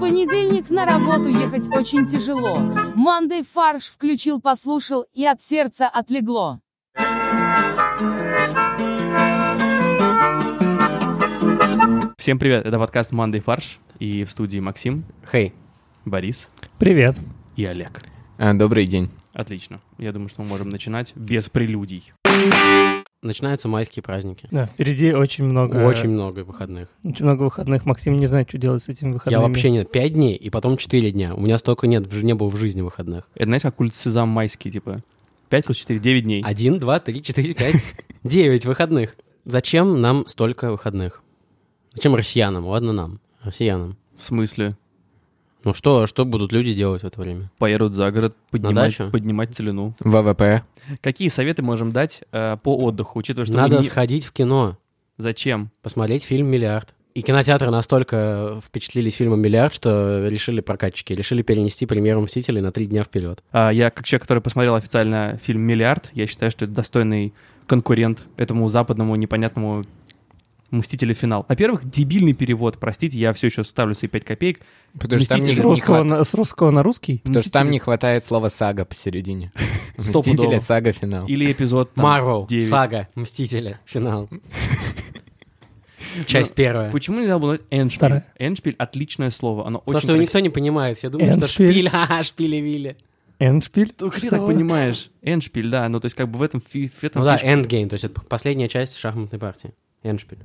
понедельник на работу ехать очень тяжело. Мандей фарш включил, послушал, и от сердца отлегло. Всем привет, это подкаст «Мандай фарш», и в студии Максим, Хей. Борис Привет. и Олег. А, Добрый день. Отлично. Я думаю, что мы можем начинать без прелюдий. Начинаются майские праздники. Да, впереди очень много, Очень много выходных. очень много выходных. Максим не знает, что делать с этими выходными. Я вообще нет. Пять дней и потом четыре дня. У меня столько нет, в жи- не было в жизни выходных. Это, знаете, как улица Сезам майский, типа 5 плюс 4, 9 дней. Один, два, три, четыре, пять, девять выходных. Зачем нам столько выходных? Зачем россиянам? Ладно нам, россиянам. В смысле? Ну что, что будут люди делать в это время? Поедут за город, поднимать, дачу? поднимать целину. ВВП. Какие советы можем дать э, по отдыху, учитывая, что мы Надо не- сходить в кино, Зачем? посмотреть фильм «Миллиард». И кинотеатры настолько впечатлились фильмом «Миллиард», что решили прокатчики, решили перенести премьеру «Мстителей» на три дня вперед. А, я, как человек, который посмотрел официально фильм «Миллиард», я считаю, что это достойный конкурент этому западному непонятному «Мстителю финал». Во-первых, дебильный перевод, простите, я все еще ставлю свои 5 копеек. Потому что там не, Мстители. С не русского, хват- на, с русского на русский? потому что там «Мстители» не хватает слова сага посередине. Стопудово. Мстители, сага, финал. Или эпизод там, Марвел, 9. Сага, Мстители, финал. Часть первая. Почему нельзя было назвать «Эндшпиль»? Вторая. «Эндшпиль» — отличное слово, оно Потому очень что его красивое. никто не понимает. Все думают, что Эндшпиль. шпиль, ха-ха, шпили-вили. Эндшпиль? Только Ну, ты Что? так понимаешь. Эндшпиль, да. Ну, то есть, как бы в этом... фи- в этом Ну да, фишка. эндгейм, то есть это последняя часть шахматной партии. Эндшпиль.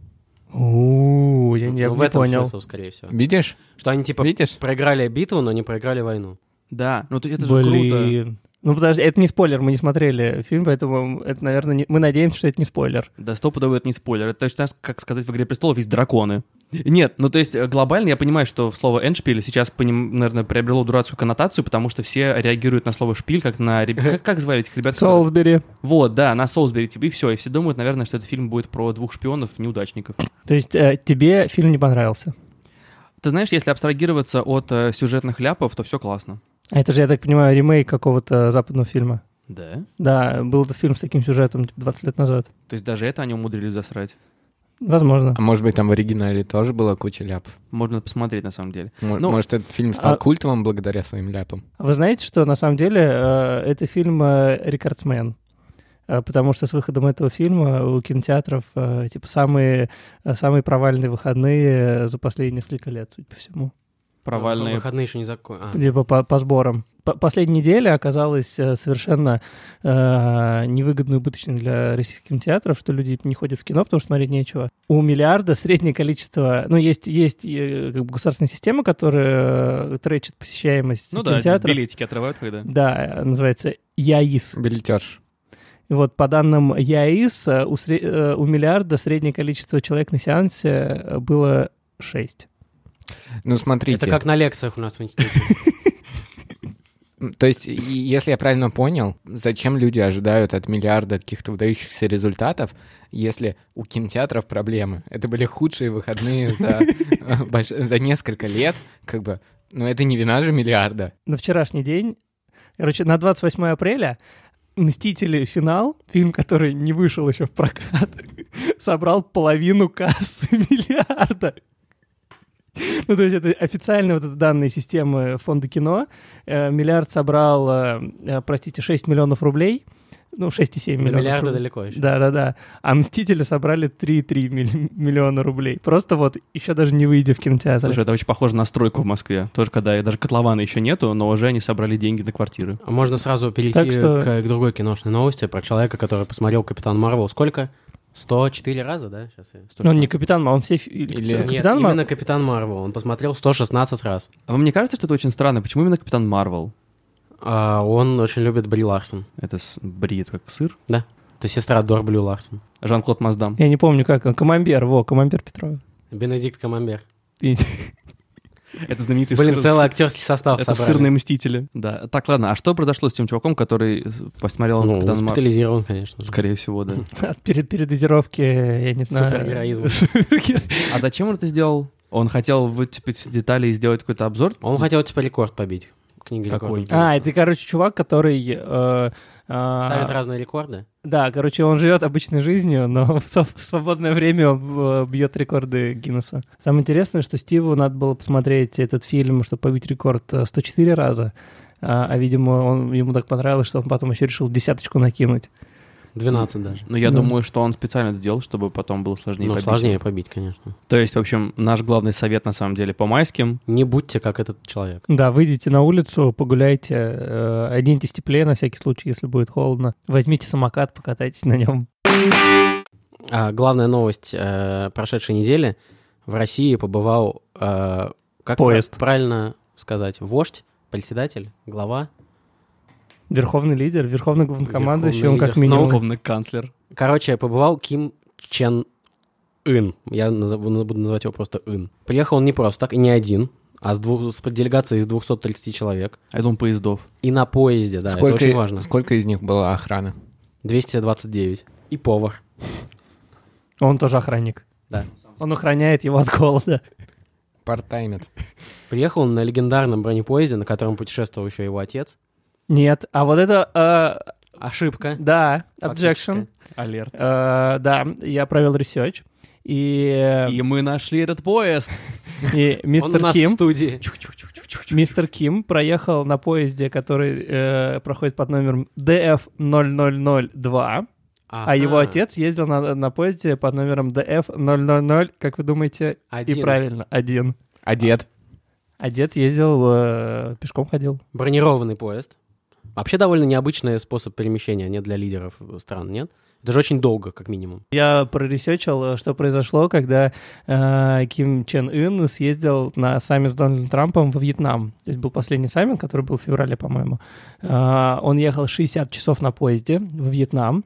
У, я, я Ну, в не этом понял. смысл, скорее всего. Видишь? Что они типа Видишь? проиграли битву, но не проиграли войну. Да, ну то есть это же круто. Блин. Ну подожди, это не спойлер, мы не смотрели фильм, поэтому это, наверное, не- мы надеемся, что это не спойлер. Да стопудово это не спойлер. Это точно так, же, как сказать в «Игре престолов» есть драконы. Нет, ну то есть э, глобально я понимаю, что слово «эндшпиль» сейчас, поним- наверное, приобрело дурацкую коннотацию, потому что все реагируют на слово «шпиль» как на... реб- Как, как звали этих ребят? которые- Солсбери. Вот, да, на Солсбери, типа, и все. И все думают, наверное, что этот фильм будет про двух шпионов-неудачников. То есть э, тебе фильм не понравился? Ты знаешь, если абстрагироваться от э, сюжетных ляпов, то все классно. А это же, я так понимаю, ремейк какого-то западного фильма. Да. Да, был этот фильм с таким сюжетом типа, 20 лет назад. То есть даже это они умудрились засрать. Возможно. А может быть, там в оригинале тоже была куча ляпов? Можно посмотреть, на самом деле. М- Ну, Может, этот фильм стал а- культовым благодаря своим ляпам? А Вы знаете, что на самом деле э, это фильм э, «Рекордсмен», Э, потому что с выходом этого фильма у кинотеатров э, типа самые, э, самые провальные выходные э, за последние несколько лет, судя по всему, Провальные Выходные еще не а. закончились. типа по, по сборам. По- Последняя неделя оказалась э, совершенно э, невыгодной и убыточной для российских кинотеатров, что люди не ходят в кино, потому что смотреть нечего. У миллиарда среднее количество... Ну, есть, есть э, как бы государственная система, которая э, тречит посещаемость Ну да, кинотеатров. билетики отрывают когда. Да, называется ЯИС. Билетерш. И Вот по данным ЯИС, э, у, сре- э, у миллиарда среднее количество человек на сеансе э, было 6. Ну, смотрите. Это как на лекциях у нас в институте. М, То есть, и- если я правильно понял, зачем люди ожидают от миллиарда каких-то выдающихся результатов, если у кинотеатров проблемы? Это были худшие выходные за э, больш- за несколько лет, как бы. Но это не вина же миллиарда. На вчерашний день, короче, на 28 апреля «Мстители. Финал», фильм, который не вышел еще в прокат, собрал половину кассы миллиарда. Ну, то есть это официально вот это данные системы фонда кино. Э, Миллиард собрал, э, э, простите, 6 миллионов рублей. Ну, 6,7 До миллионов. миллиарда рублей. далеко еще. Да-да-да. А «Мстители» собрали 3,3 милли- миллиона рублей. Просто вот еще даже не выйдя в кинотеатр. Ну, Слушай, это очень похоже на стройку в Москве. Тоже когда и даже котлована еще нету, но уже они собрали деньги на квартиры. А можно сразу перейти Так что- к, к другой киношной новости про человека, который посмотрел «Капитан Марвел». Сколько? 104 раза, да? Сейчас я... он не капитан, а он все... фи- или Или- кто? Нет, Капитан именно Марвел? «Капитан Марвел». Он посмотрел 116 раз. А вам не кажется, что это очень странно? Почему именно Капитан Марвел? А, он очень любит Бри Ларсон. Это с... брит как сыр. Это сестра Дор Блю Ларсон. Жан-Клод Маздам. Я не помню, как он. Камамбер, во, Камамбер Петров. Бенедикт Камамбер. Это знаменитый Блин, сыр- целый с- актерский состав Это собрали. сырные мстители. Да. Так, ладно, а что произошло с тем чуваком, который э, посмотрел Ну, Капитан Марвел? госпитализирован, конечно. же. Скорее всего, да. От пере- передозировки, я не знаю... Супергероизм. Супергероизм. А зачем он это сделал? Он хотел вытепить детали и сделать какой-то обзор? Он хотел, типа, рекорд побить. Книга Какой? рекордов А, Гиннесса. это, короче, чувак, который э, э, А, Ставят разные рекорды. Да, короче, он живет обычной жизнью, но в св- в свободное время он э, бьет рекорды Гиннесса. Самое интересное, что Стиву надо было посмотреть этот фильм, чтобы побить рекорд э, 104 раза. А, а, видимо, он, ему так понравилось, что он потом еще решил десяточку накинуть. 12 даже. Но я Да. думаю, что он специально это сделал, чтобы потом было сложнее Ну, побить. сложнее побить, конечно. То есть, в общем, наш главный совет, на самом деле, по майским. Не будьте как этот человек. Да, выйдите на улицу, погуляйте, э, оденьтесь теплее на всякий случай, если будет холодно. Возьмите самокат, покатайтесь на нем. А, главная новость э, прошедшей недели. В России побывал... э, как Поезд. пра- правильно сказать? Вождь, председатель, глава. Верховный лидер, верховный главнокомандующий, он Верховный как лидер минимум... Верховный канцлер. Короче, побывал Ким Чен Ын. Я наз- буду называть его просто Ын. Приехал он не просто так, и не один, а с, двух, с делегацией из 230 человек. А Я думаю, поездов. И на поезде, да, это очень важно. Сколько сколько из них была охрана? 229. И повар. Он тоже охранник. Да. Он охраняет его от холода. Партаймит. Приехал он на легендарном бронепоезде, на котором путешествовал еще его отец. Нет, а вот это... э, Ошибка. Да, фактическая. objection. Алерт. Э, Да, я провел ресерч. И, И мы нашли этот поезд. и Он у мистер нас в Ким, студии. мистер Ким проехал на поезде, который э, проходит под номером DF0002, а его отец ездил на, на поезде под номером DF000, как вы думаете, и Один. правильно, один. Одет. А дед ездил, э, пешком ходил. Бронированный поезд. Вообще довольно необычный способ перемещения, нет, для лидеров стран, нет? Даже очень долго, как минимум. Я проресечил, э, что произошло, когда э, Ким Чен Ын съездил на саммит с Дональдом Трампом во Вьетнам. То есть был последний саммит, который был в феврале, по-моему. Э, он ехал 60 часов на поезде в Вьетнам.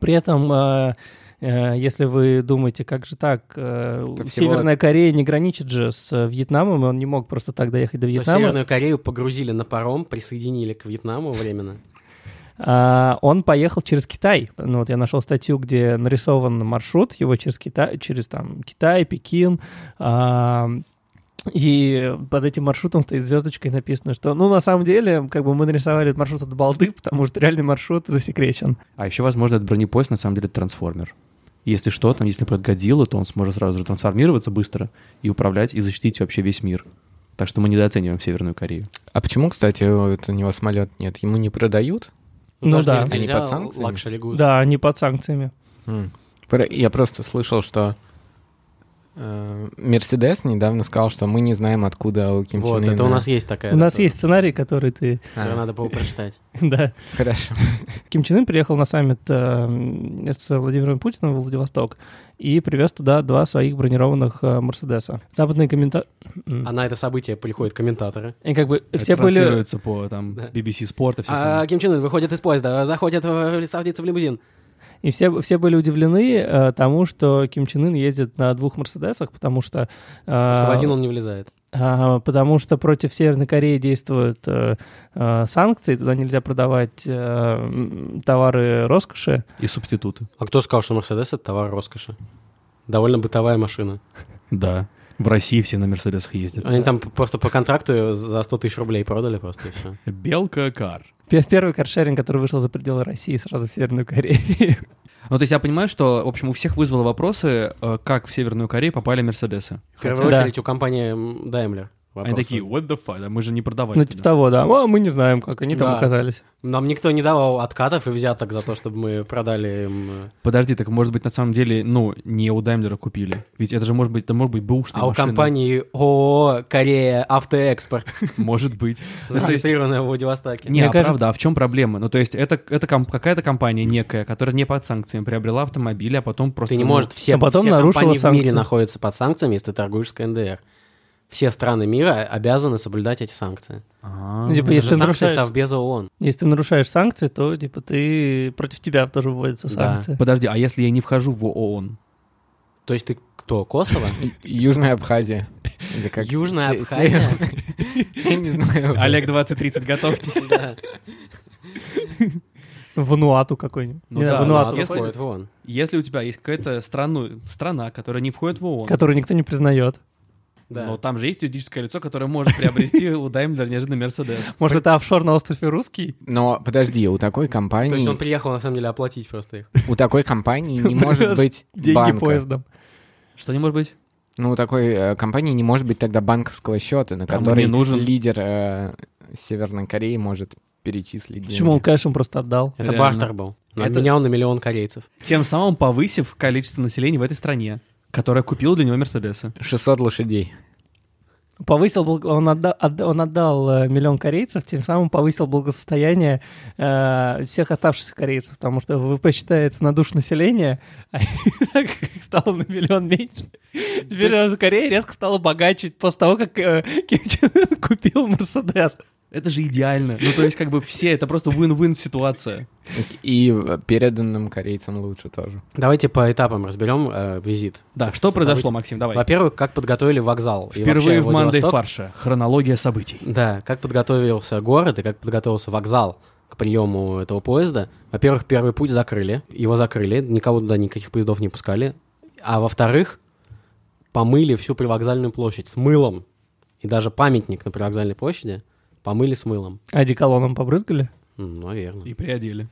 При этом, э, э, если вы думаете, как же так, э, Это всего- Северная Корея не граничит же с э, Вьетнамом, и он не мог просто так доехать до То есть Вьетнама. Северную Корею погрузили на паром, присоединили к Вьетнаму временно. А, он поехал через Китай. Ну вот я нашел статью, где нарисован маршрут его через Китай, через там Китай, Пекин. А, и под этим маршрутом стоит звездочка и написано, что, ну, на самом деле, как бы мы нарисовали этот маршрут от балды, потому что реальный маршрут засекречен. А еще, возможно, этот бронепоезд на самом деле трансформер. Если что, там, если, например, Годзилла, то он сможет сразу же трансформироваться быстро и управлять, и защитить вообще весь мир. Так что мы недооцениваем Северную Корею. А почему, кстати, вот у него самолет нет? Ему не продают? Ну Даже да. нельзя Они под санкциями? Luxury goods. Да, они под санкциями. Хм. М. Про- Я просто слышал, что э, Мерседес недавно сказал, что мы не знаем, откуда у Ким Вот, Чен Э, это у Ына. нас есть такая. У нас дата, есть сценарий, который ты... А. которую надо было прочитать. да. Хорошо. Ким Чен Ын приехал на саммит э, с Владимиром Путиным в Владивосток и привез туда два своих бронированных э, Мерседеса. Западные комментаторы... А на это событие приходят комментаторы. И как бы все Это были... транслируется по там Да. BBC Sport и все А, остальное. Ким Чен Ын выходит из поезда, а, заходит, в- садится в лимузин. И все, все были удивлены э, тому, что Ким Чен Ын ездит на двух Мерседесах, потому что... э, Что в один он не влезает. а, потому что против Северной Кореи действуют э, э, санкции, туда нельзя продавать э, м, товары роскоши. И субституты. А кто сказал, что Мерседес это товар роскоши? Довольно бытовая машина. Да. В России все на Мерседесах ездят. Они там просто по контракту её за 100 тысяч рублей продали просто и все. Белка кар. Пе- Первый каршеринг, который вышел за пределы России, сразу в Северную Корею. Ну, то есть я понимаю, что, в общем, у всех вызвало вопросы, э, как в Северную Корею попали Мерседесы. В первую Да. очередь у компании м, Daimler. Они вопросы. такие, what the fuck, да мы же не продавали. Ну, туда». типа того, да. «А, мы не знаем, как они там Да. оказались. Нам никто не давал откатов и взяток за то, чтобы мы продали им... э, Подожди, так может быть на самом деле, ну, не у Даймлера купили. Ведь это же может быть, это может быть бэушная А у машина. компании ООО «Корея Автоэкспорт», Может быть. зарегистрированная в Владивостоке. Не, Мне а кажется- правда, а в чем проблема? Ну, то есть это, это комп- какая-то компания некая, которая не под санкциями приобрела автомобиль, а потом просто... Ты не ну, может все, А потом все нарушила компании в санкции. мире находятся под санкциями, если ты торгуешь с КНДР. Все страны мира обязаны соблюдать эти санкции. А, Ну, типа, Это если же ты санкции нарушаешь- Совбеза ООН. Если ты нарушаешь санкции, то типа ты против тебя тоже вводятся Да. санкции. Подожди, а если я не вхожу в ООН? То есть ты кто, Косово? Южная Абхазия. Или как Южная с- с- Абхазия? Я не знаю. 2030, готовьтесь. Да. Вануату какой-нибудь. Ну Не, да, Вануату, НАТО если- входит в ООН. Если у тебя есть какая-то страну, страна, которая не входит в ООН, которую никто не признает. Да. Но там же есть юридическое лицо, которое может приобрести у Daimler неожиданно Мерседес. Может, это офшор на острове Русский? Но подожди, у такой То есть он компании, приехал, на самом деле, оплатить просто их. у такой компании не может Привез быть Деньги банка. поездом. Что не может быть? Ну, у такой э, компании не может быть тогда банковского счета, на Там и который не нужен. лидер э, Северной Кореи может перечислить Почему он деньги. кэшем просто отдал? Это Реально. бартер был. Он Это- Обменял на миллион корейцев. Тем самым повысив количество населения в этой стране, которое купило для него Мерседесы. 600 лошадей. Повысил, бл- он отда- отда- он отдал, э, миллион корейцев, тем самым повысил благосостояние э, всех оставшихся корейцев, потому что ВВП считается на душ населения, а так их стало на миллион меньше. Теперь э, Корея резко стала богаче после того, как э, Ким Чен Ын купил Мерседес. Это же идеально. Ну, то есть, как бы все, это просто win-win ситуация. И э, переданным корейцам лучше тоже. Давайте по этапам разберем э, визит. Да, что События. произошло, Максим, давай. Во-первых, как подготовили вокзал. и вообще Впервые в Мандай Владивосток. Фарше. Хронология событий. Да, как подготовился город и как подготовился вокзал к приему этого поезда. Во-первых, первый путь закрыли, его закрыли, никого туда никаких поездов не пускали. А во-вторых, помыли всю привокзальную площадь с мылом. И даже памятник на привокзальной площади помыли с мылом. А деколоном побрызгали? М, Наверное. И приодели.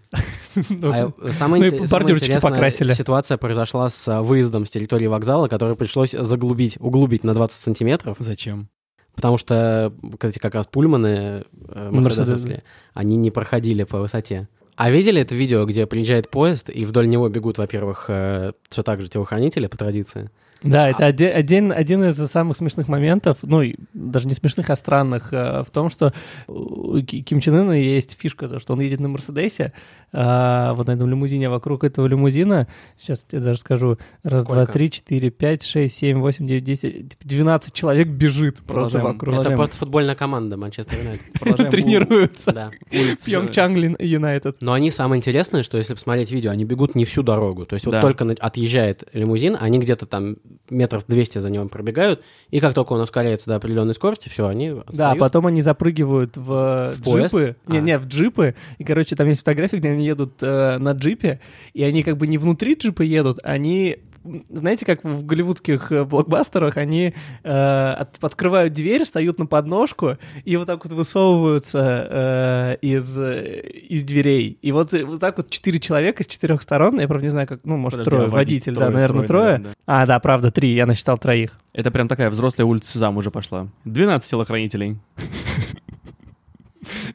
А, э, ну самое, и инте- самое бордюрчики интересное, покрасили. ситуация произошла с э, выездом с территории вокзала, который пришлось заглубить, углубить на 20 сантиметров, Зачем? потому что, кстати, как раз пульманы э, мерседесовские, Мерседесы. они не проходили по высоте. А видели это видео, где приезжает поезд, и вдоль него бегут, во-первых, все так же телохранители по традиции, А. Да, это оде- один, один из самых смешных моментов, ну, и даже не смешных, а странных, э, в том, что у Ки- Ким Чен Ына есть фишка, то, что он едет на Мерседесе, а, вот на этом лимузине, а вокруг этого лимузина, сейчас я даже скажу, раз, два, Сколько? три, четыре, пять, шесть, семь, восемь, девять, десять, типа 12 человек бежит просто Продолжаем. вокруг. Это Уважаемый. просто футбольная команда Манчестер Юнайтед. Продолжаем. Тренируются. Да. Улица. Пьончанг Лин- Юнайтед. Но они самое интересное, что если посмотреть видео, они бегут не всю дорогу. То есть вот Да. только на- отъезжает лимузин, они где-то там метров 200 за ним пробегают, и как только он ускоряется до определенной скорости, все, они Да, отстают. потом они запрыгивают в, э, В поезд? джипы. Не, А. не, в джипы. И, короче, там есть фотографии, где они едут э, на джипе, и они как бы не внутри джипа едут, они м, знаете, как в голливудских э, блокбастерах они э, от- открывают дверь, встают на подножку и вот так вот высовываются э, из, э, из дверей. И вот, э, вот так вот четыре человека с четырех сторон, я правда не знаю, как, ну, может, Подожди, трое, а водитель, да, трое, наверное, трое. наверное, да. А, да, правда, три, я насчитал троих. Это прям такая взрослая улица Сезам уже пошла. 12 телохранителей.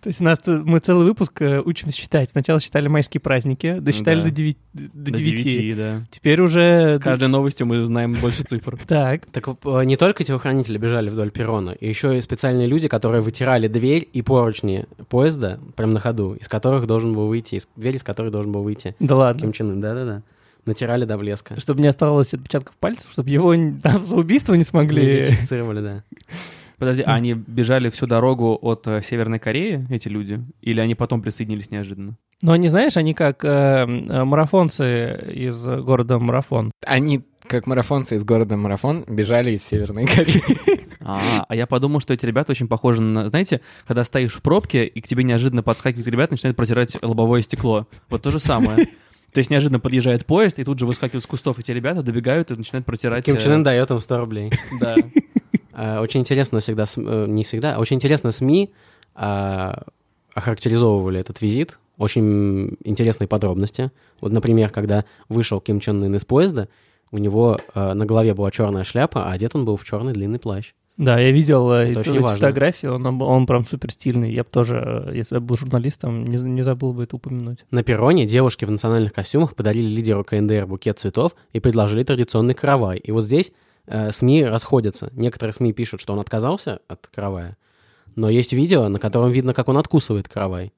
То есть у нас, э, мы целый выпуск э, учимся считать. Сначала считали майские праздники, досчитали Да. до, деви- до На девяти. девяти, Э, да. Теперь уже... С каждой новостью мы знаем больше цифр. Так. Так э, не только телохранители бежали вдоль перрона, и еще и специальные люди, которые вытирали дверь и поручни поезда прям на ходу, из которых должен был выйти, из дверь, из которой должен был выйти Да ладно. Ким Чен Ын. Да-да-да. Натирали до блеска. Чтобы не осталось отпечатков пальцев, чтобы его н- там за убийство не Ну, смогли. Идентифицировали, да. Подожди, а они бежали всю дорогу от э, Северной Кореи, эти люди? Или они потом присоединились неожиданно? Но они, знаешь, они как э, э, марафонцы из города Марафон. Они, как марафонцы из города Марафон, бежали из Северной Кореи. А, а я подумал, что эти ребята очень похожи на... Знаете, когда стоишь в пробке, и к тебе неожиданно подскакивают ребята, начинают протирать лобовое стекло. Вот то же самое. То есть неожиданно подъезжает поезд, и тут же выскакивают с кустов эти ребята, добегают и начинают протирать... Ким э, Чен Ын дает им 100 рублей. Да. А, Очень интересно всегда, см- э, не всегда, а очень интересно СМИ а, охарактеризовывали этот визит. Очень интересные подробности. Вот, например, когда вышел Ким Чен Ын из поезда, у него э, на голове была черная шляпа, а одет он был в черный длинный плащ. Да, я видел э, Это эту очень эту важно. фотографию, он, он прям супер стильный. Я бы тоже, э, если бы я был журналистом, не, не забыл бы это упомянуть. На перроне девушки в национальных костюмах подарили лидеру КНДР букет цветов и предложили традиционный каравай. И вот здесь э, СМИ расходятся. Некоторые СМИ пишут, что он отказался от каравая, но есть видео, на котором видно, как он откусывает каравай.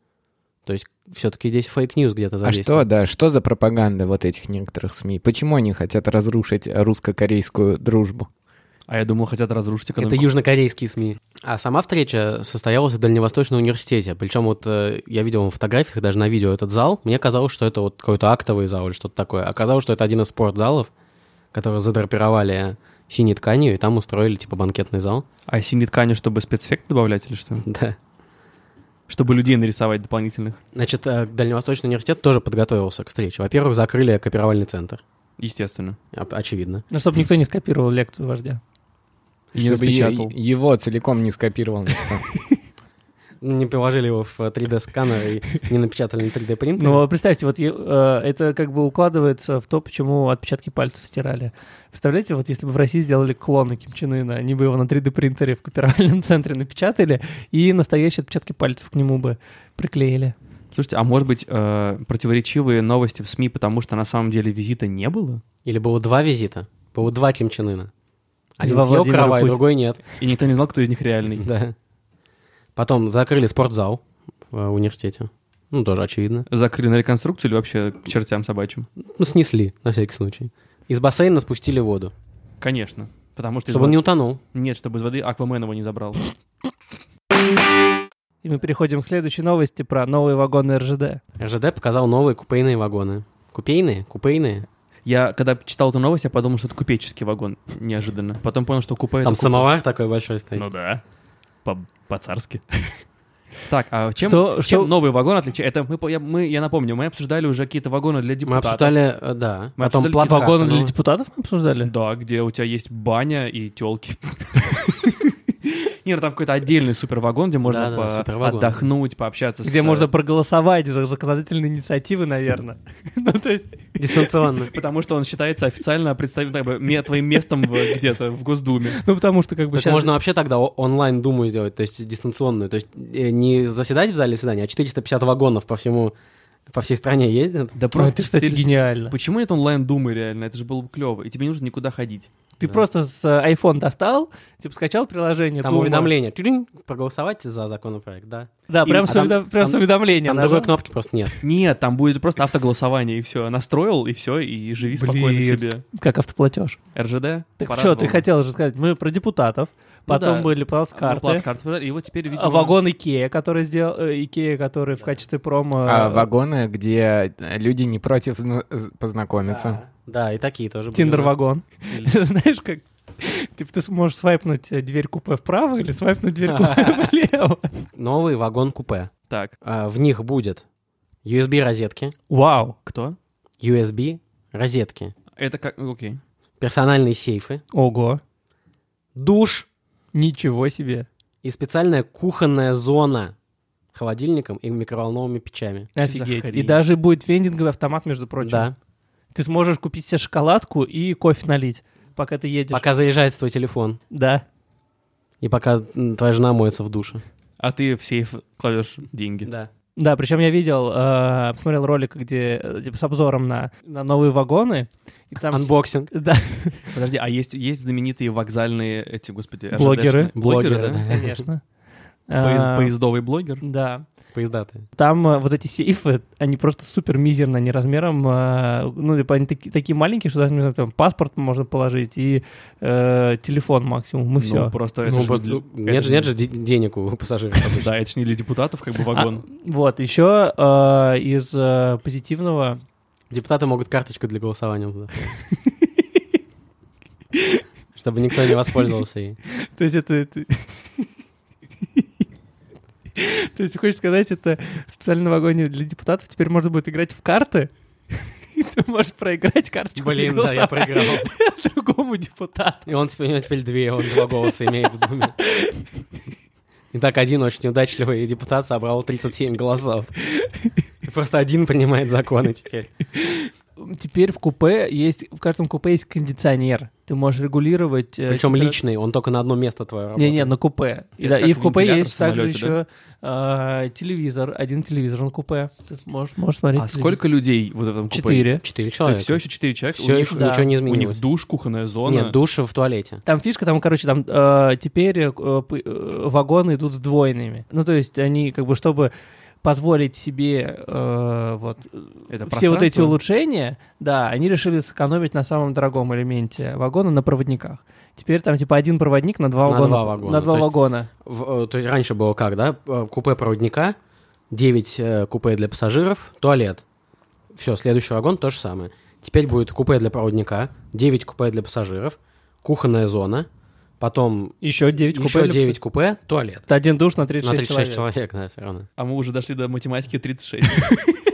То есть все-таки здесь фейк-ньюс где-то А задействован. что, да, что за пропаганда вот этих некоторых СМИ? Почему они хотят разрушить русско-корейскую дружбу? А я думал, хотят разрушить Это экономику. южнокорейские СМИ. А сама встреча состоялась в Дальневосточном университете. Причем вот э, я видел на фотографиях, даже на видео этот зал. Мне казалось, что это вот какой-то актовый зал или что-то такое. Оказалось, что это один из спортзалов, который задрапировали синей тканью, и там устроили типа банкетный зал. А синие ткани, чтобы спецэффект добавлять или что? Да. Чтобы людей нарисовать дополнительных, Значит, э, Дальневосточный университет тоже подготовился к встрече. Во-первых, закрыли копировальный центр, естественно. О- очевидно. Ну, чтобы никто не скопировал лекцию вождя. Не чтобы е- распечатал. его целиком не скопировал. никто. Не приложили его в э, 3D-сканер и не напечатали на 3D-принтере. Ну, представьте, вот е- э, это как бы укладывается в то, почему отпечатки пальцев стирали. Представляете, вот если бы в России сделали клоны Ким Чен Ына, они бы его на 3D-принтере в копировальном центре напечатали и настоящие отпечатки пальцев к нему бы приклеили. Слушайте, а может быть, э, противоречивые новости в СМИ, потому что на самом деле визита не было? Или было два визита. Было два Ким Чен Ына. Один Два съел Владимира крова, и Путина. другой нет. И никто не знал, кто из них реальный. Да. Потом закрыли спортзал в э, университете. Ну, тоже очевидно. Закрыли на реконструкцию или вообще к чертям собачьим? Ну, снесли, на всякий случай. Из бассейна спустили воду, Конечно. Потому что... из чтобы он вод- не утонул. Нет, чтобы из воды Аквамен его не забрал. И мы переходим к следующей новости про новые вагоны РЖД. РЖД показал новые купейные вагоны. Купейные? Купейные? Я, когда читал эту новость, я подумал, что это купеческий вагон. Неожиданно. Потом понял, что купе... Там это купе. самовар такой большой стоит. Ну да. По- По-царски. Так, а чем, Что- чем что- новый вагон отличается? Это мы, по- я, мы, я напомню, мы обсуждали уже какие-то вагоны для Мы депутатов. обсуждали, э, да. Мы Потом обсуждали Ну, плацкарты, Вагоны ну, для депутатов мы обсуждали? Да, где у тебя есть баня и телки. Не, ну там какой-то отдельный супервагон, где можно Да-да, по- супервагон. отдохнуть, пообщаться Где с, можно э, проголосовать за законодательные инициативы, наверное. Ну, то есть Дистанционно. Потому что он считается официально представим, как бы, ме- твоим местом в- где-то в Госдуме. Ну, потому что как бы Так сейчас... можно вообще тогда о- онлайн думу сделать, то есть дистанционную. То есть э, не заседать в зале заседания, а 450 вагонов по всему, по всей стране ездят. Да Ой, это, кстати, 400. гениально. Почему нет онлайн-думы реально? Это же было бы клево. И тебе не нужно никуда ходить. Ты Да. просто с э, iPhone достал, типа скачал приложение. Там Дума. уведомления. Тюдинь, проголосовать за законопроект, да. Да, И- прям, а с, там- уведо- прям с там- уведомления. ну Там нажал. другой кнопки просто нет. Нет, там будет просто автоголосование, и все. Настроил, и все, и живи спокойно Блин. себе. ну, Как автоплатеж. РЖД? Так парад что, ты был. хотел же сказать, мы про депутатов, потом да. были Ну, плацкарты, плацкарт, И вот теперь, видимо... а вагон Икея, который сделал, э, Икея, который в качестве промо... А э, вагоны, где люди не против зна- з- познакомиться. А, Да, и такие тоже были. Тиндер-вагон. Знаешь, как... Типа ты сможешь свайпнуть э, дверь купе вправо или свайпнуть дверь купе влево. Новый вагон-купе. Так, А, В них будет USB-розетки, Вау. кто? USB-розетки, Это как... ну, Окей. персональные сейфы, Ого. душ Ничего себе. и специальная кухонная зона с холодильником и микроволновыми печами. за Офигеть. И хрень? даже будет вендинговый автомат, между прочим. Да. Ты сможешь купить себе шоколадку и кофе налить, пока ты едешь. Пока заезжает твой телефон. Да. И пока м, твоя жена моется в душе. А ты в сейф кладешь деньги. Да. Да, причем я видел, э, посмотрел ролик, где э, типа, с обзором на, на новые вагоны. И там... с- Анбоксинг. Да, Подожди, а есть, есть знаменитые вокзальные эти, господи, RRD -шные? Блогеры. Блогеры, да? конечно. Поезд- А, поездовый блогер. Да. Поездаты. Там э, вот эти сейфы, они просто супер мизерно, они размером, э, ну, типа, они таки- такие маленькие, что даже, не знаю, там паспорт можно положить и э, телефон максимум, и Ну, все. просто это Ну, ж просто, для- ну, нет, это же, нет же де- денег у пассажиров. обычно. Да, это ж не для депутатов, как бы вагон. Вот, еще э, из э, позитивного... Депутаты могут карточку для голосования туда. Чтобы никто не воспользовался ей. То есть это... это- То есть, хочешь сказать, это в специальном вагоне для депутатов теперь можно будет играть в карты? И ты можешь проиграть карточку для Блин, да, А, я голосования проиграл. другому депутату. И он теперь, у него теперь две, он два голоса имеет в Думе. Итак, один очень удачливый депутат собрал 37 голосов. И Просто один принимает законы теперь. Теперь в купе есть... В каждом купе есть кондиционер. Ты можешь регулировать... э, Причем температуру. личный, он только на одно место твое работает. Не-не, на купе. И, Это да, как и в купе вентилятор есть в также самолете, еще э, телевизор. Один телевизор на купе. Ты можешь, можешь смотреть. А телевизор. сколько людей вот в этом купе? Четыре. Четыре То человека. есть все еще четыре человека? Все у еще них, да. ничего не у них изменилось. душ, кухонная зона. Нет, душа в туалете. Там фишка, там, короче, там э, теперь э, п- э, вагоны идут сдвоенными. Ну, то есть они как бы, чтобы позволить себе э, вот Это все вот эти пространство? улучшения, да, они решили сэкономить на самом дорогом элементе вагона на проводниках. Теперь там типа один проводник на два На вагона. два вагона. На два То есть- вагона. В- э, то есть раньше было как, да? Э, Купе проводника, 9 э, купе для пассажиров, туалет. Все, следующий вагон то же самое. Теперь будет купе для проводника, 9 купе для пассажиров, кухонная зона, потом Еще девять купе. еще для- 9 купе, туалет. Это один душ на 36, На 36 человек. человек, да, все равно. А мы уже дошли до математики 36.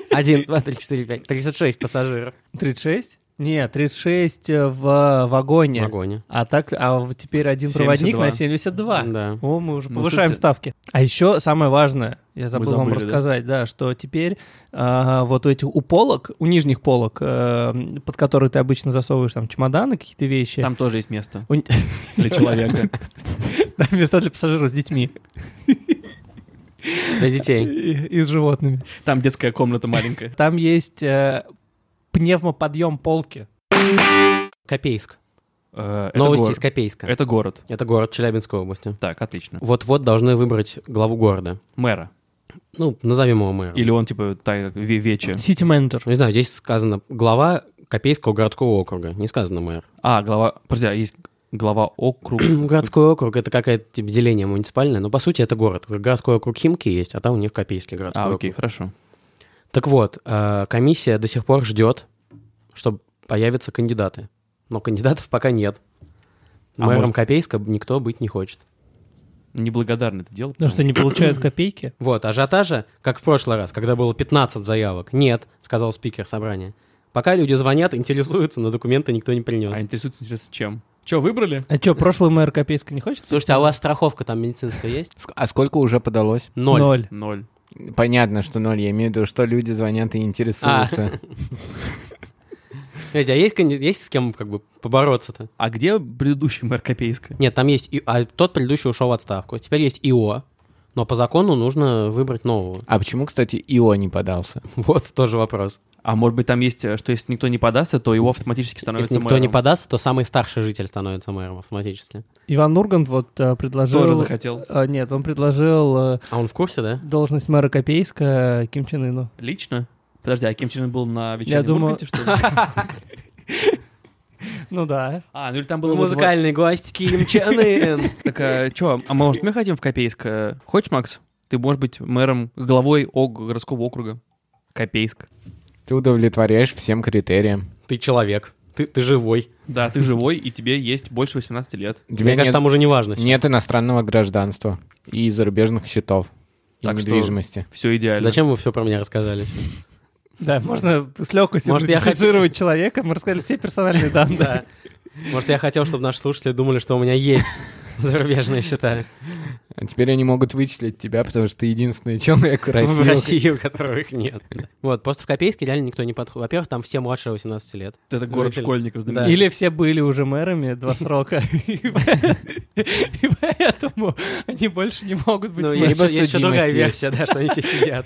1, 2, 3, 4, 5, 36 пассажиров. 36? Нет, 36 в вагоне. Вагоне. А так, а в- теперь один проводник на 72. Да. О, мы уже Ну, повышаем слушайте- ставки. А еще самое важное, я забыл вам забыли, да? рассказать, да, что теперь а, вот у этих у полок, у нижних полок, э, под которые ты обычно засовываешь там чемоданы, какие-то вещи. Там тоже есть место у- для человека. Да, места для пассажиров с детьми Для детей. и, и с животными. Там детская комната маленькая. Там есть э, пневмоподъем полки. Копейск. Э, это Новости город. из Копейска. Это город. Это город Челябинской области. Так, отлично. Вот-вот должны выбрать главу города. Мэра. Ну, назовем его мэром. Или он, типа, та, ве- вече. Сити-менеджер. Ну, не знаю, здесь сказано глава Копейского городского округа. Не сказано мэр. А, глава... Подожди, а есть глава округа. Городской округ — это какое-то типа, деление муниципальное, но по сути это город. Городской округ Химки есть, а там у них Копейский городской А, округ. окей, хорошо. Так вот, э, комиссия до сих пор ждет, что появятся кандидаты. Но кандидатов пока нет. А Мэром может- Копейска никто быть не хочет. Неблагодарно это дело. Ну что, не получают копейки? Вот, ажиотажа, как в прошлый раз, когда было 15 заявок. Нет, сказал спикер собрания. Пока люди звонят, интересуются, но документы никто не принес. А интересуется, интересно, чем? Че, выбрали? А что, прошлый мэр Копейска не хочет? Слушайте, а у вас страховка там медицинская есть? Ск- А сколько уже подалось? Ноль. Ноль. Понятно, что ноль. Я имею в виду, что люди звонят и интересуются. Подождите, а есть, канди- есть с кем как бы побороться-то? А где предыдущий мэр Копейска? Нет, там есть... И... А тот предыдущий ушел в отставку. А Теперь есть ИО, но по закону нужно выбрать нового. А почему, кстати, Ио не подался? Вот тоже вопрос. А может быть, там есть, э, что если никто не подастся, то его автоматически становится Если никто мэром. не подастся, то самый старший житель становится мэром автоматически. Иван Ургант вот э, предложил... Тоже захотел. А, Нет, он предложил э, А он в курсе, да? должность мэра Копейска э, Ким Чен Ыну. Лично? Подожди, а Ким Чен Ын был на вечернем думаю- Урганте, что ли? Ну да. А, ну или там было... гость Ким Чен Ын. Так, а чё, а может мы хотим в Копейск? Э, Хочешь, Макс? Ты можешь быть мэром, главой ог- городского округа. Копейск. Ты удовлетворяешь всем критериям. Ты человек. Ты, ты живой. Да, ты живой, и тебе есть больше 18 лет. У Мне тебя кажется, нет, там уже не важно. сейчас. нет иностранного гражданства и зарубежных счетов и Так что- недвижимости. Все идеально. Зачем вы все про меня рассказали? Да, можно с легкостью Может, я идентифицировать человека. Мы рассказали все персональные данные. Да. Может, я хотел, чтобы наши слушатели думали, что у меня есть зарубежные счета А теперь они могут вычислить тебя, потому что ты единственный человек Ну, в России. в России, у которых нет. Вот, просто в Копейске реально никто не подходит. Во-первых, там все младше 18 лет. Это город Житель. школьников Да. знаменитый. Или все были уже мэрами два срока, и по- и поэтому они больше не могут быть Ну, мэрами. есть либо еще- есть еще другая судимость версия, да, что они все сидят.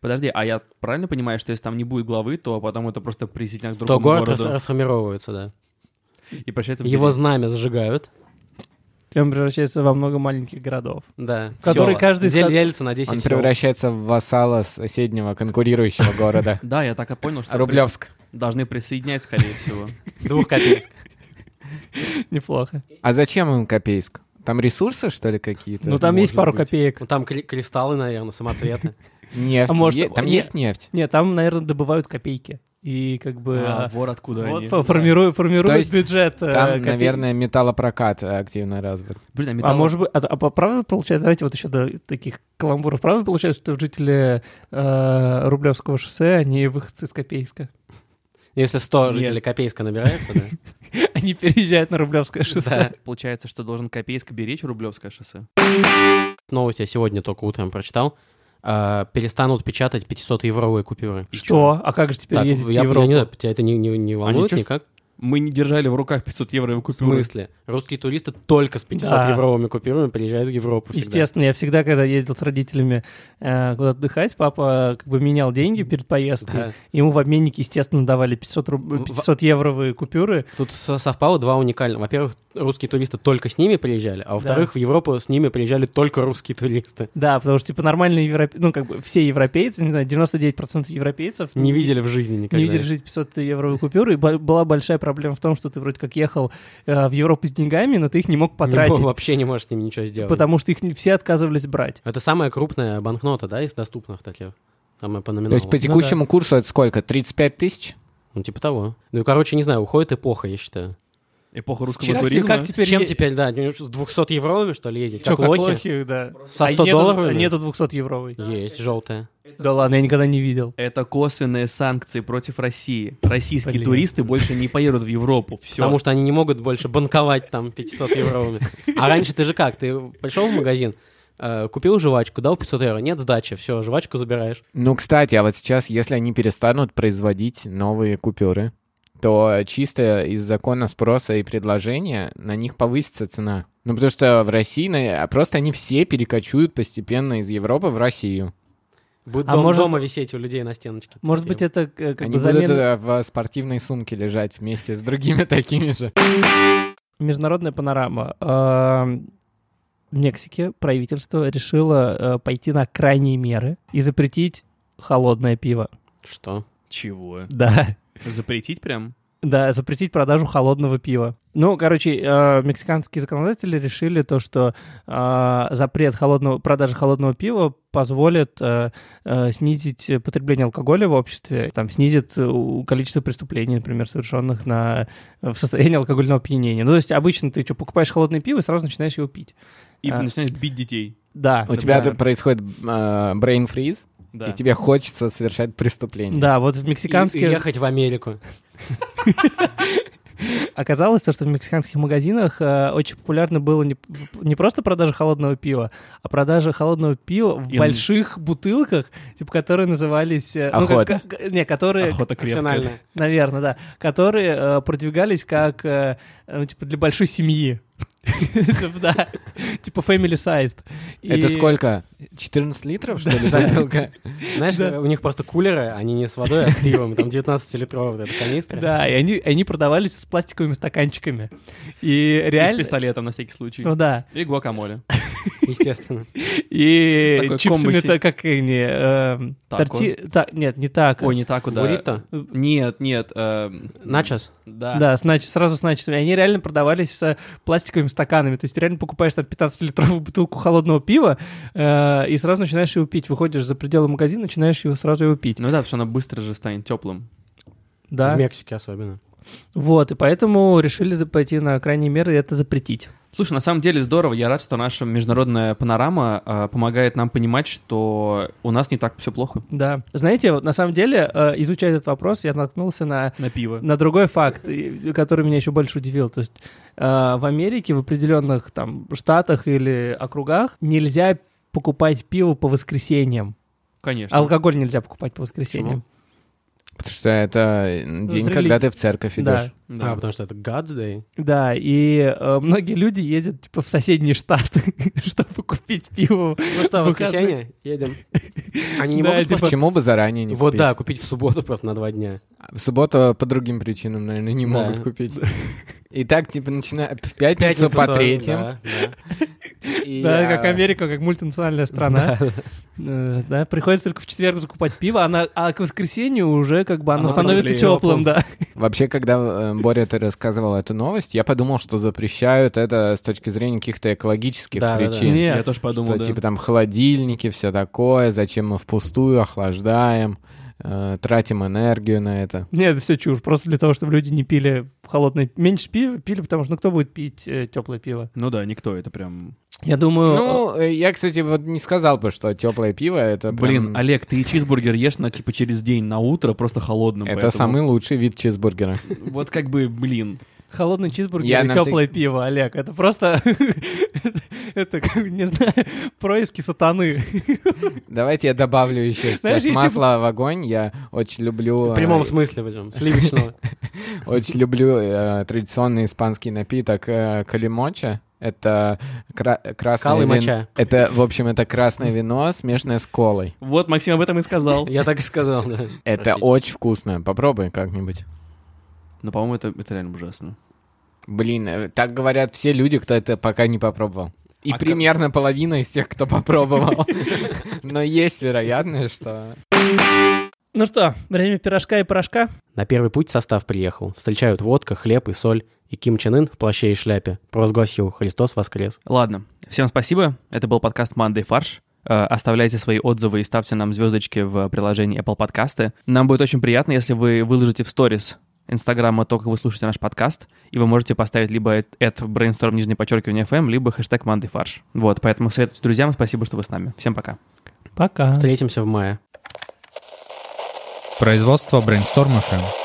Подожди, а я правильно понимаю, что если там не будет главы, то потом это просто присоединят к То другому город городу? рас- расформировывается, да. И прощай, там Его перед- знамя сжигают, Он превращается во много маленьких городов. да. Который Всё. каждый Дел- ста- делится на 10 Он сел. превращается в вассала соседнего конкурирующего города. Да, я так и понял, что Рублевск. при- должны присоединять, скорее всего. Двух копейск. Неплохо. А зачем им Копейск? Там ресурсы, что ли, какие-то? Ну, там есть Может пару быть. копеек. Ну, там кри- кристаллы, наверное, самоцветы. Ну, Нефть. А может, Е- Там не- есть нефть? Нет, там, наверное, добывают копейки. И как бы... А, а, вор откуда Вот они? фо- формирую- формируют То есть бюджет. э, Там, копейки. наверное, металлопрокат э, активно развит. Блин, а А металл- может быть, а, а по- правда получается, давайте вот еще до таких каламбуров, правда получается, что жители э, Рублевского шоссе, они выходцы из Копейска? Если 100 Нет. жителей Копейска набирается, да. Они переезжают на Рублевское шоссе. Да. Получается, что должен Копейск беречь Рублевское шоссе. Новость я сегодня только утром прочитал. А, Перестанут печатать 500-евровые купюры. Что? А как же теперь Так, ездить в я- я не знаю, Европу? тебя это не, не- не волнует чё ж- никак? Мы не держали в руках 500 евро В купюры. смысле? Русские туристы только с 500-евровыми купюрами приезжают в Европу всегда. Естественно, я всегда, когда ездил с родителями э, куда-то отдыхать, папа как бы менял деньги перед поездкой. Да. Ему в обменнике, естественно, давали 500, В- руб... 500 евровые купюры. Тут со- совпало два уникальных. Во-первых, русские туристы только с ними приезжали, а во-вторых, в Европу с ними приезжали только русские туристы. Да, потому что, типа, нормальные европе... ну, как бы все европейцы, не знаю, 99% европейцев Не видели в жизни никогда. Не видели жить 500 евровые купюры, и бо- была большая проблема в том, что ты вроде как ехал э, в Европу с деньгами, но ты их не мог Не потратить, мог- вообще не можешь с ними ничего сделать. потому что их не- все отказывались брать. Это самая крупная банкнота, да, из доступных таких? Там по Ну, номиналу. То есть по текущему курсу это сколько? 35 тысяч? Ну, типа того. Ну, и, короче, не знаю, уходит эпоха, я считаю. Эпоха русского Сейчас- туризма. как теперь С чем е- теперь, да? ну, С 200 евровыми, что ли, ездить? Чё, Как лохи? да. Со А 100 нету- долларами? Нету 200 евровой. Есть желтая. Да ладно, я никогда не видел. Это косвенные санкции против России. Российские Блин. туристы больше не поедут в Европу. Все. Потому что они не могут больше банковать там 500 евровыми. А раньше ты же как? Ты пришел в магазин, э, купил жвачку, дал 500 евро, нет сдачи, все, жвачку забираешь. Ну, кстати, а вот сейчас, если они перестанут производить новые купюры, то чисто из закона спроса и предложения на них повысится цена. Ну, потому что в России на- а просто они все перекочуют постепенно из Европы в Россию. Будет А дом- может- дома висеть у людей на стеночке. Может быть, это э, как Они бы будут замена... э, в спортивной сумке лежать вместе с другими такими же. Международная панорама. Эм, В Мексике правительство решило э, пойти на крайние меры и запретить холодное пиво. Что? Чего? Да. Запретить прям? Да, запретить продажу холодного пива. Ну, короче, э, мексиканские законодатели решили то, что э, запрет холодного, продажи холодного пива позволит э, э, снизить потребление алкоголя в обществе, там снизит э, у- количество преступлений, например, совершенных на, в состоянии алкогольного опьянения. Ну, то есть обычно ты что, покупаешь холодное пиво и сразу начинаешь его пить. И А. начинаешь бить детей. Да. У тебя да. это происходит э, brain freeze, Да. и тебе хочется совершать преступление. Да, вот в И- мексиканских... и ехать в Америку. Оказалось, то, что в мексиканских магазинах э, очень популярно было не, не просто продажа холодного пива, а продажа холодного пива в Ин- больших бутылках, типа которые назывались... э, Охота. Ну, как- как- не, которые... Охота крепкая. Профессионально. Наверное, да. Которые э, продвигались как, э, э, ну, типа, для большой семьи. Типа, Да. Типа family sized. Это И- сколько? 14 литров, что ли, бутылка? Знаешь, у них просто кулеры, они не с водой, а с пивом. Там 19 литров вот эта канистра. Да, и они, они продавались с пластиковыми стаканчиками. И И реально... с пистолетом на всякий случай. Ну да. И гуакамоле. Естественно. И Такой чипсами комбо-си- та- как они, эм, Тако. торти- та- нет, не так. Ой, не так, куда. Буррито? Нет, нет. эм, Начос? Да. Да, с нач- сразу с начисами. Они реально продавались с э, пластиковыми стаканами. То есть ты реально покупаешь там 15-литровую бутылку холодного пива э, и сразу начинаешь его пить. Выходишь за пределы магазина, начинаешь его сразу его пить. Ну да, потому что она быстро же станет теплым. Да. В Мексике особенно. Вот, и поэтому решили за- пойти на крайние меры и это запретить. Слушай, на самом деле здорово. Я рад, что наша международная панорама э, помогает нам понимать, что у нас не так все плохо. Да. Знаете, вот на самом деле, э, изучая этот вопрос, я наткнулся на На пиво. На другой факт, и- который меня еще больше удивил. То есть э, в Америке в определенных там штатах или округах нельзя покупать пиво по воскресеньям. Конечно. Алкоголь нельзя покупать по воскресеньям. Потому что это э, день, религия. когда ты в церковь Ну, Да. идешь. Да, Да. А, потому что это God's Day. Да, и э, многие люди ездят типа в соседние штаты, чтобы купить пиво. Ну что, воскресенье? Едем. Они не Да, могут типа- просто- Почему бы заранее не Вот купить? да, купить в субботу просто на два дня. В субботу по другим причинам, наверное, не Да. могут купить. И так, типа, начиная в пятницу по да, третьим. да, да. и, Да, а, как Америка, как мультинациональная страна. Э, Да, приходится только в четверг закупать пиво, а на- а к воскресенью уже как бы оно Оно становится теплее. теплым, да. Вообще, когда, э, Боря, ты рассказывал эту новость, я подумал, что запрещают это с точки зрения каких-то экологических Да, да, да. причин. Нет, Я тоже подумал, Что, да. типа, там холодильники, все такое, зачем мы впустую охлаждаем, э, тратим энергию на это. Нет, это все чушь. Просто для того, чтобы люди не пили холодное... Меньше пива пили, потому что ну кто будет пить теплое пиво? Ну да, никто, это прям... Я думаю... Ну, э, я, кстати, вот не сказал бы, что теплое пиво это Блин, прям- Олег, ты и чизбургер ешь на, типа, через день, на утро, просто холодным. это поэтому- самый лучший вид чизбургера. Вот как бы, блин. холодный чизбургер я и на теплое пиво, Олег. Это просто... Это, как, не знаю, происки сатаны. Давайте я добавлю еще Знаешь, сейчас если бы- масло в огонь. Я очень люблю, В прямом э, смысле, прям, сливочного. очень люблю э, традиционный испанский напиток э, калимоча. Это кра- красное Кал и вин- моча. Это, в общем, это красное вино, смешанное с колой. Вот Максим об этом и сказал. Я так и сказал, да. Это Простите. очень вкусно. Попробуй как-нибудь. Но, по-моему, это, это реально ужасно. Блин, э, так говорят все люди, кто это пока не попробовал. И А как- примерно половина из тех, кто попробовал. Но есть вероятность, что... Ну что, время пирожка и порошка? На первый путь состав приехал. Встречают водка, хлеб и соль. И Ким Чен Ын в плаще и шляпе провозгласил «Христос воскрес». Ладно, всем спасибо. Это был подкаст «Мандай фарш». Э, Оставляйте свои отзывы и ставьте нам звездочки в приложении Apple Подкасты. Нам будет очень приятно, если вы выложите в сторис инстаграма то, как вы слушаете наш подкаст, и вы можете поставить либо at brainstorm, нижнее подчеркивание FM, либо хэштег Манды Фарш. Вот, поэтому советуйте друзьям, спасибо, что вы с нами. Всем пока. Пока. Встретимся в мае. Производство Brainstorm FM.